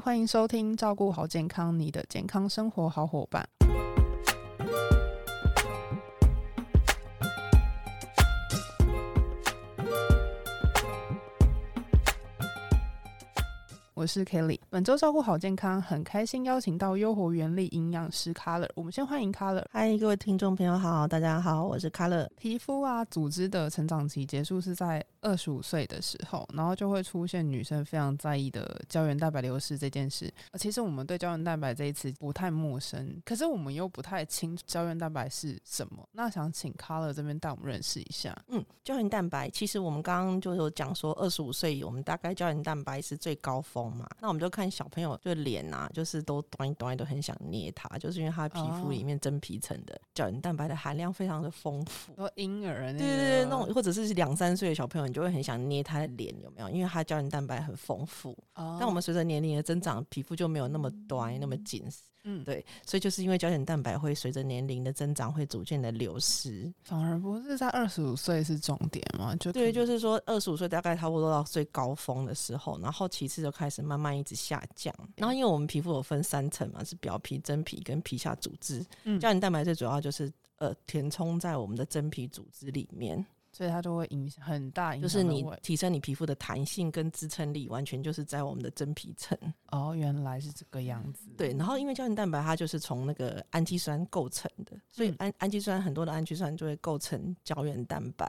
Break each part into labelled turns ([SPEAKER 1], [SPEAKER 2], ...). [SPEAKER 1] 欢迎收听《照顾好健康》，你的健康生活好伙伴。我是 Kelly，本周照顾好健康，很开心邀请到优活原力营养师 Color。我们先欢迎 Color。
[SPEAKER 2] 嗨，各位听众朋友好，大家好，我是卡乐。
[SPEAKER 1] 皮肤啊，组织的成长期结束是在二十五岁的时候，然后就会出现女生非常在意的胶原蛋白流失这件事。呃其实我们对胶原蛋白这一词不太陌生，可是我们又不太清楚胶原蛋白是什么。那想请 Color 这边带我们认识一下。
[SPEAKER 2] 嗯，胶原蛋白，其实我们刚刚就有讲说，二十五岁我们大概胶原蛋白是最高峰嘛。那我们就看小朋友就脸啊，就是都短一短一都很想捏它，就是因为它的皮肤里面真皮层的胶原蛋白的含量非常的丰富。
[SPEAKER 1] 说婴儿那个
[SPEAKER 2] 对对对，那种或者是两三岁的小朋友，你就会很想捏他的脸，有没有？因为他胶原蛋白很丰富。
[SPEAKER 1] 哦
[SPEAKER 2] 但我们随着年龄的增长，皮肤就没有那么短、那么紧实，
[SPEAKER 1] 嗯
[SPEAKER 2] 对，所以就是因为胶原蛋白会随着年龄的增长会逐渐的流失。
[SPEAKER 1] 反而不是在二十五岁是重点嘛？就
[SPEAKER 2] 对，就是是说二十五岁大概差不多到最高峰的时候，然后其次就开始慢慢一直下降。然后因为我们皮肤有分三层嘛，是表皮、真皮跟皮下组织，
[SPEAKER 1] 嗯
[SPEAKER 2] 胶原蛋白最主要就是呃填充在我们的真皮组织里面，
[SPEAKER 1] 所以它就会影响很大影响
[SPEAKER 2] 就
[SPEAKER 1] 到
[SPEAKER 2] 是你
[SPEAKER 1] 我
[SPEAKER 2] 提升你皮肤的弹性跟支撑力，完全就是在我们的真皮层。
[SPEAKER 1] 哦，原来是这个样子。
[SPEAKER 2] 对，然后因为胶原蛋白它就是从那个氨基酸构成的，所以
[SPEAKER 1] 嗯
[SPEAKER 2] 氨氨基酸很多的氨基酸就会构成胶原蛋白。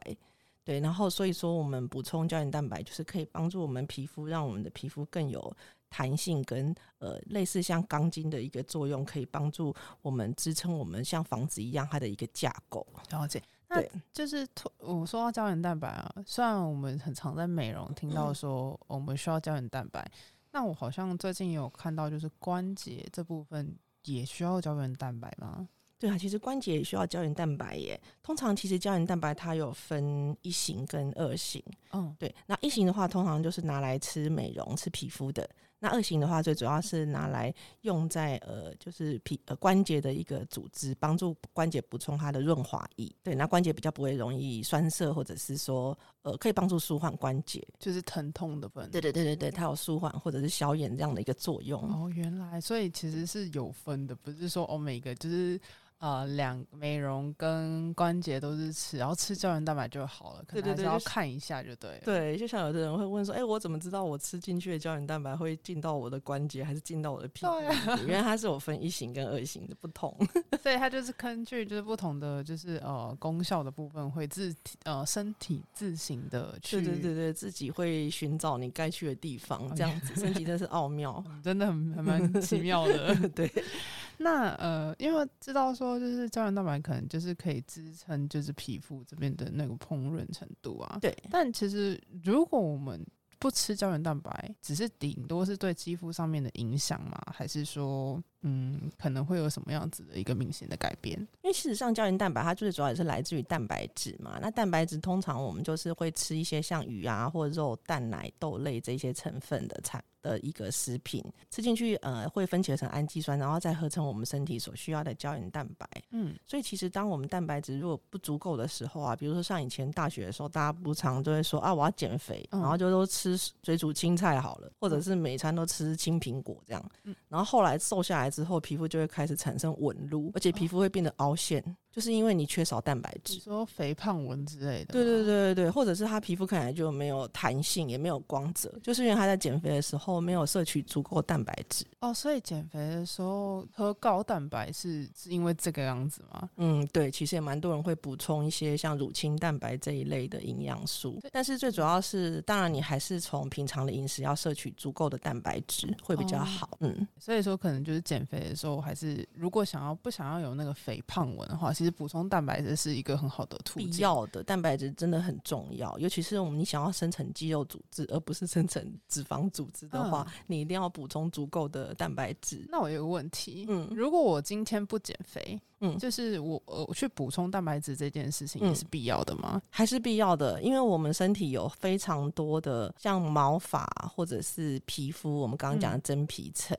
[SPEAKER 2] 对，然后所以说我们补充胶原蛋白，就是可以帮助我们皮肤，让我们的皮肤更有弹性跟呃类似像钢筋的一个作用，可以帮助我们支撑我们像房子一样它的一个架构。
[SPEAKER 1] 了解。那
[SPEAKER 2] 对
[SPEAKER 1] 就是突我说到胶原蛋白啊，虽然我们很常在美容听到
[SPEAKER 2] 嗯
[SPEAKER 1] 说我们需要胶原蛋白，那我好像最近也有看到，就是关节这部分也需要胶原蛋白吗？
[SPEAKER 2] 对啊，其实关节也需要胶原蛋白耶。通常其实胶原蛋白它有分一型跟二型。
[SPEAKER 1] 嗯，
[SPEAKER 2] 对，那一型的话，通常就是拿来吃美容、吃皮肤的。那二型的话，最主要是拿来用在呃，就是皮呃关节的一个组织，帮助关节补充它的润滑液。对，那关节比较不会容易酸涩，或者是说呃，可以帮助舒缓关节。
[SPEAKER 1] 就是疼痛的分。
[SPEAKER 2] 对对对对对，它有舒缓或者是消炎这样的一个作用。
[SPEAKER 1] 哦，原来所以其实是有分的，不是说哦每个就是呃两美容跟关节都是吃，然后吃胶原蛋白就好了，可
[SPEAKER 2] 对
[SPEAKER 1] 能还
[SPEAKER 2] 对
[SPEAKER 1] 是
[SPEAKER 2] 对
[SPEAKER 1] 要
[SPEAKER 2] 就是
[SPEAKER 1] 看一下就对了。
[SPEAKER 2] 对，就像有的人会问说：“哎、我怎么知道我吃进去的胶原蛋白会进到我的关节，还是进到我的皮肤
[SPEAKER 1] 对啊
[SPEAKER 2] 里面？”原来它是有分一型跟二型的不同。
[SPEAKER 1] 所以它就是根据就是不同的就是呃功效的部分，会自体呃身体自行的去，
[SPEAKER 2] 对对对对，自己会寻找你该去的地方，这样子，身体真是 奥妙。
[SPEAKER 1] 嗯，真的很还 蛮奇妙的。
[SPEAKER 2] 对，
[SPEAKER 1] 那呃，因为知道说就是胶原蛋白可能就是可以支撑就是皮肤这边的那个烹饪程度啊，
[SPEAKER 2] 对
[SPEAKER 1] 但其实如果我们不吃胶原蛋白，只是顶多是对肌肤上面的影响吗？还是说，嗯，可能会有什么样子的一个明显的改变？
[SPEAKER 2] 因为事实上胶原蛋白它最主要也是来自于蛋白质嘛。那蛋白质通常我们就是会吃一些像鱼啊或肉、蛋奶、豆类这些成分的产的一个食品，吃进去呃会分解成氨基酸，然后再合成我们身体所需要的胶原蛋白。
[SPEAKER 1] 嗯，
[SPEAKER 2] 所以其实当我们蛋白质如果不足够的时候啊，比如说像以前大学的时候，大家不常就会说啊，我要减肥，
[SPEAKER 1] 嗯
[SPEAKER 2] 然后就都吃水煮青菜好了，或者是每餐都吃青苹果这样。
[SPEAKER 1] 嗯
[SPEAKER 2] 然后后来瘦下来之后，皮肤就会开始产生纹路，而且
[SPEAKER 1] 哦
[SPEAKER 2] 皮肤会变得凹陷，就是因为你缺少蛋白
[SPEAKER 1] 你
[SPEAKER 2] 质。
[SPEAKER 1] 说肥胖纹之类的，
[SPEAKER 2] 对对，对对对，或者是他皮肤看起来就没有弹性，也没有光泽，就是因为他在减肥的时候没有摄取足够蛋白质。
[SPEAKER 1] 哦，所以减肥的时候喝高蛋白是是因为这个样子吗？
[SPEAKER 2] 嗯，对，其实也蛮多人会补充一些像乳清蛋白这一类的营养素，但是最主要是，当然你还是从平常的饮食要摄取足够的蛋白质会比较
[SPEAKER 1] 哦
[SPEAKER 2] 好。嗯，
[SPEAKER 1] 所以说，可能就是减肥的时候，还是如果想要不想要有那个肥胖纹的话，其实补充蛋白质是一个很好的途
[SPEAKER 2] 必
[SPEAKER 1] 径。
[SPEAKER 2] 要的蛋白质真的很重要，尤其是我们你想要生成肌肉组织，而不是生成脂肪组织的话，你一定要补充足够的蛋白质。
[SPEAKER 1] 那我有个问题，
[SPEAKER 2] 嗯
[SPEAKER 1] 如果我今天不减肥，
[SPEAKER 2] 嗯
[SPEAKER 1] 就是我呃我去补充蛋白质这件事情也
[SPEAKER 2] 嗯
[SPEAKER 1] 是必要的吗？
[SPEAKER 2] 还是必要的，因为我们身体有非常多的像毛发或者是皮肤，我们刚刚讲的真皮层，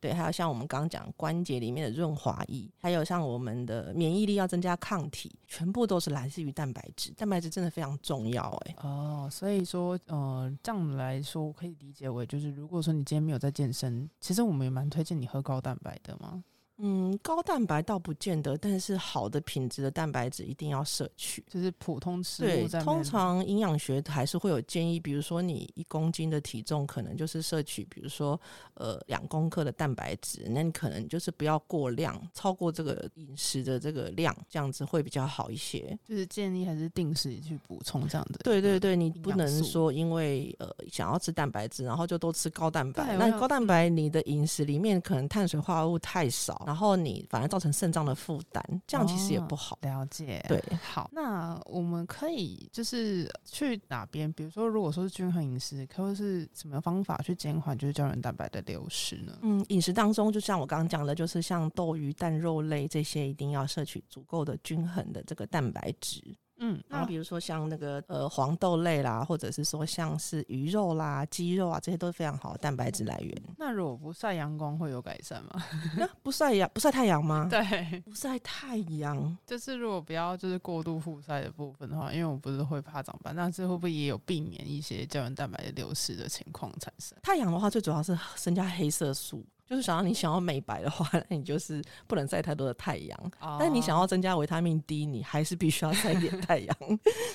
[SPEAKER 2] 对，还有像我们刚刚讲关节里面的润滑液，还有像我们的免疫力要增加抗体，全部都是来自于蛋白质。蛋白质真的非常重要、欸，
[SPEAKER 1] 哦，所以说，呃，这样来说，我可以理解为就是，如果说你今天没有在健身，其实我们也蛮推荐你喝高蛋白的嘛，
[SPEAKER 2] 嗯，高蛋白倒不见得，但是好的品质的蛋白质一定要摄取。
[SPEAKER 1] 就是普通食
[SPEAKER 2] 对，
[SPEAKER 1] 物在
[SPEAKER 2] 通
[SPEAKER 1] 面
[SPEAKER 2] 常营养学还是会有建议，比如说你一公斤的体重可能就是摄取，比如说呃两公克的蛋白质，那你可能就是不要过量，超过这个饮食的这个量，这样子会比较好一些。
[SPEAKER 1] 就是建议还是定时去补充这样的。
[SPEAKER 2] 对对，对，你
[SPEAKER 1] 嗯营
[SPEAKER 2] 不
[SPEAKER 1] 养
[SPEAKER 2] 能
[SPEAKER 1] 素
[SPEAKER 2] 说因为呃想要吃蛋白质，然后就都吃高蛋白。
[SPEAKER 1] 对
[SPEAKER 2] 那
[SPEAKER 1] 我想嗯
[SPEAKER 2] 高蛋白你的饮食里面可能碳水化合物太少，然后你反而造成肾脏的负担，这样其实也
[SPEAKER 1] 哦
[SPEAKER 2] 不好。
[SPEAKER 1] 了解。
[SPEAKER 2] 对，
[SPEAKER 1] 好，那我们可以就是去哪边？比如说，如果说是均衡饮食，可是什么方法去减缓就是胶原蛋白的流失呢？
[SPEAKER 2] 嗯，饮食当中，就像我刚刚讲的，就是像豆鱼蛋肉类这些，一定要摄取足够的均衡的这个蛋白质。
[SPEAKER 1] 嗯，
[SPEAKER 2] 那
[SPEAKER 1] 那
[SPEAKER 2] 比如说像那个呃黄豆类啦，或者是说像是鱼肉啦、鸡肉啊，这些都是非常好的蛋白质来源。
[SPEAKER 1] 那如果不晒阳光会有改善吗？
[SPEAKER 2] 那不晒阳不晒太阳吗？
[SPEAKER 1] 对，
[SPEAKER 2] 不晒太阳，
[SPEAKER 1] 就是如果不要就是过度曝晒的部分的话，因为我不是会怕长斑，那这会不会也有避免一些胶原蛋白的流失的情况产生？
[SPEAKER 2] 太阳的话最主要是增加黑色素，就是想要你想要美白的话， 那你就是不能晒太多的太阳。但你想
[SPEAKER 1] 哦，
[SPEAKER 2] 要增加维他命 D，你还是必须要晒一点太阳。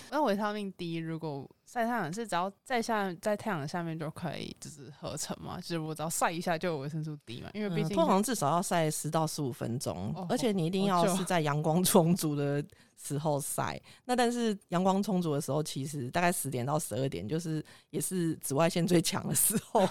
[SPEAKER 1] 那维他命 D 如果晒太阳是只要在下在太阳下面就可以就是合成嘛，就是我只要晒一下就有维生素 D 嘛，因为毕
[SPEAKER 2] 嗯
[SPEAKER 1] 竟
[SPEAKER 2] 通常至少要晒十到十五分钟，
[SPEAKER 1] 哦
[SPEAKER 2] 而且你一定
[SPEAKER 1] 好
[SPEAKER 2] 要
[SPEAKER 1] 久
[SPEAKER 2] 是在阳光充足的时候晒。那但是阳光充足的时候，其实大概十点到十二点，就是也是紫外线最强的时 候，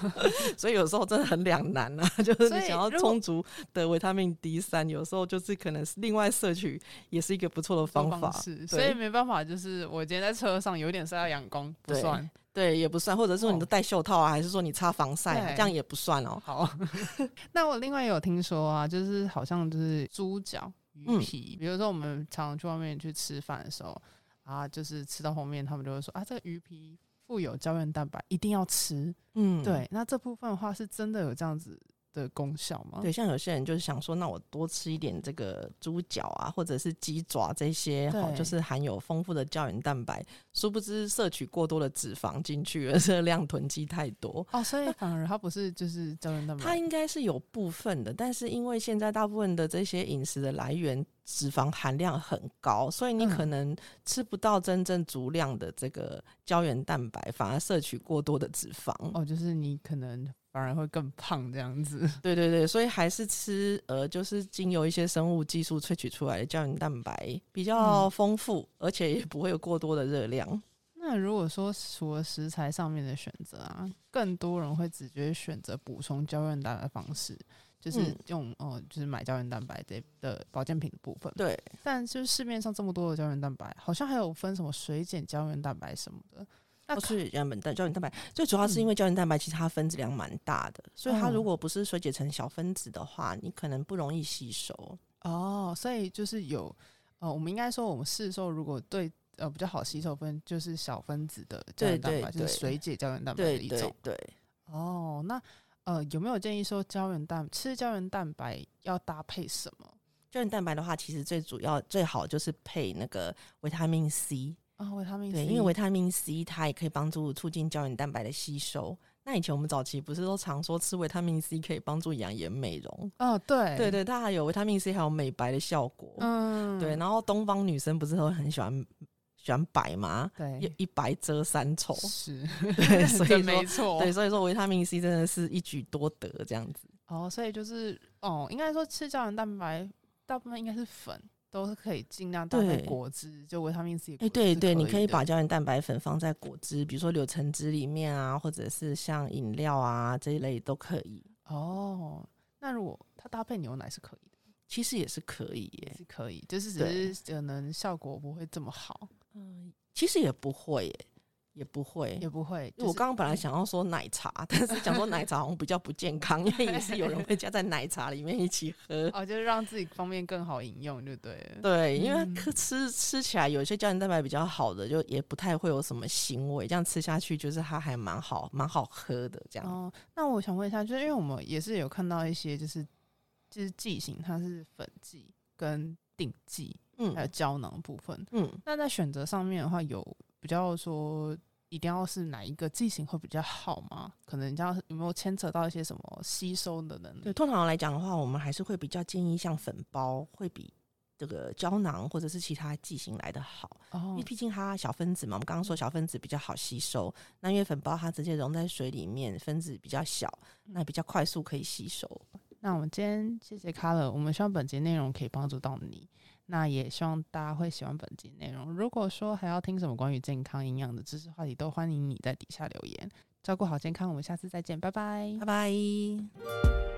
[SPEAKER 2] 所以有时候真的很两难啊。 就是
[SPEAKER 1] 所
[SPEAKER 2] 你
[SPEAKER 1] 以
[SPEAKER 2] 想要
[SPEAKER 1] 如果
[SPEAKER 2] 充足的维他命 D 三，有时候就是可能是另外摄取也是一个不错的方法。
[SPEAKER 1] 式，
[SPEAKER 2] 对
[SPEAKER 1] 所以没办法，就是我今天在车上有点晒到阳光，不
[SPEAKER 2] 对
[SPEAKER 1] 算
[SPEAKER 2] 对，也不算，或者是说你
[SPEAKER 1] 哦
[SPEAKER 2] 都戴袖套啊，还是说你擦防晒、啊，
[SPEAKER 1] 对
[SPEAKER 2] 这样也不算哦。
[SPEAKER 1] 好。 那我另外有听说啊，就是好像就是猪脚、鱼
[SPEAKER 2] 嗯
[SPEAKER 1] 皮，比如说我们常常去外面去吃饭的时候啊，就是吃到后面，他们就会说啊，这个鱼皮富有胶原蛋白，一定要吃。
[SPEAKER 2] 嗯，
[SPEAKER 1] 对，那这部分的话是真的有这样子的功效吗？
[SPEAKER 2] 对，像有些人就是想说，那我多吃一点这个猪脚啊，或者是鸡爪这些，哈，
[SPEAKER 1] 对
[SPEAKER 2] 就是含有丰富的胶原蛋白。殊不知摄取过多的脂肪进去了， 热量囤积太多。
[SPEAKER 1] 哦，所以反而它不是就是胶原蛋
[SPEAKER 2] 它
[SPEAKER 1] 白，
[SPEAKER 2] 应该是有部分的，但是因为现在大部分的这些饮食的来源脂肪含量很高，所以你可能吃不到真正足量的这个胶原蛋白，反而摄取过多的脂肪。
[SPEAKER 1] 哦，就是你可能反而会更胖这样子。
[SPEAKER 2] 对对对，所以还是吃呃，就是经由一些生物技术萃取出来的胶原蛋白比较
[SPEAKER 1] 嗯
[SPEAKER 2] 丰富，而且也不会有过多的热量。
[SPEAKER 1] 那如果说除了食材上面的选择啊，更多人会直接选择补充胶原蛋白的方式，就是
[SPEAKER 2] 嗯
[SPEAKER 1] 用、呃，就是买胶原蛋白这的保健品的部分。
[SPEAKER 2] 对，
[SPEAKER 1] 但就是市面上这么多的胶原蛋白，好像还有分什么水碱胶原蛋白什么的。那
[SPEAKER 2] 哦
[SPEAKER 1] 可
[SPEAKER 2] 是原本蛋胶原蛋白，最主要是因为胶原蛋白其实它分子量蛮大的，所以它如
[SPEAKER 1] 嗯
[SPEAKER 2] 果不是水解成小分子的话，你可能不容易吸收。
[SPEAKER 1] 哦，所以就是有呃，我们应该说我们市售如果对呃比较好吸收分，就是小分子的胶
[SPEAKER 2] 对
[SPEAKER 1] 原蛋
[SPEAKER 2] 对
[SPEAKER 1] 白，就
[SPEAKER 2] 对
[SPEAKER 1] 是水解胶原蛋白的
[SPEAKER 2] 对
[SPEAKER 1] 一种
[SPEAKER 2] 对。对，
[SPEAKER 1] 哦，那呃有没有建议说胶原蛋吃胶原蛋白要搭配什么？
[SPEAKER 2] 胶原蛋白的话，其实最主要最好就是配那个维他命 C，
[SPEAKER 1] 啊，维他命 C，
[SPEAKER 2] 对，因为维他命 C 它也可以帮助促进胶原蛋白的吸收。那以前我们早期不是都常说吃维他命 C 可以帮助养颜美容？
[SPEAKER 1] 哦，对
[SPEAKER 2] 对，对，它还有维他命 C 还有美白的效果。
[SPEAKER 1] 嗯，
[SPEAKER 2] 对，然后东方女生不是都很喜欢喜欢白吗？
[SPEAKER 1] 对
[SPEAKER 2] 一，一白遮三丑，
[SPEAKER 1] 是，
[SPEAKER 2] 对， 所
[SPEAKER 1] 真
[SPEAKER 2] 以
[SPEAKER 1] 没
[SPEAKER 2] 说。
[SPEAKER 1] 错，
[SPEAKER 2] 对，所以说维他命 C 真的是一举多得这样子。
[SPEAKER 1] 哦，所以就是哦，应该说吃胶原蛋白大部分应该是粉。都是可以尽量搭配
[SPEAKER 2] 对
[SPEAKER 1] 果汁，就维他命 C 的果
[SPEAKER 2] 哎、
[SPEAKER 1] 汁
[SPEAKER 2] 对
[SPEAKER 1] 是的。
[SPEAKER 2] 对，你可以把胶原蛋白粉放在果汁，比如说柳橙汁里面啊，或者是像饮料啊这一类都可以，
[SPEAKER 1] 哦。那如果它搭配牛奶是可以的，
[SPEAKER 2] 其实也是可以耶
[SPEAKER 1] 也。是可以，就是只
[SPEAKER 2] 对
[SPEAKER 1] 是可能效果不会这么好。
[SPEAKER 2] 嗯，其实也不会耶，也不会，
[SPEAKER 1] 也嗯不会。
[SPEAKER 2] 我刚刚本来想要说奶茶，但是讲说奶茶好像比较不健康，因为也是有人会加在奶茶里面一起喝。
[SPEAKER 1] 哦，就是让自己方面更好饮用，就对了。
[SPEAKER 2] 对，因为
[SPEAKER 1] 嗯
[SPEAKER 2] 可吃吃起来有些胶原蛋白比较好的，就也不太会有什么腥味，这样吃下去就是它还蛮好，蛮好喝的这样。
[SPEAKER 1] 哦，那我想问一下，就是因为我们也是有看到一些，就是就是剂型，它是粉剂跟定剂，还有
[SPEAKER 2] 嗯
[SPEAKER 1] 胶囊部分。
[SPEAKER 2] 嗯，
[SPEAKER 1] 那在选择上面的话，有比较说一定要是哪一个剂型会比较好吗？可能人家有没有牵扯到一些什么吸收的能
[SPEAKER 2] 对，
[SPEAKER 1] 力？
[SPEAKER 2] 通常来讲的话，我们还是会比较建议像粉包会比这个胶囊或者是其他剂型来的好。因
[SPEAKER 1] 哦
[SPEAKER 2] 为，毕竟它小分子嘛，我们刚刚说小分子比较好吸收，那因为粉包它直接溶在水里面，分子比较小，那比较快速可以吸收。
[SPEAKER 1] 那我们今天谢谢 Color，我们希望本节内容可以帮助到你。那也希望大家会喜欢本集内容。如果说还要听什么关于健康营养的知识话题，都欢迎你在底下留言。照顾好健康，我们下次再见，拜拜
[SPEAKER 2] 拜拜。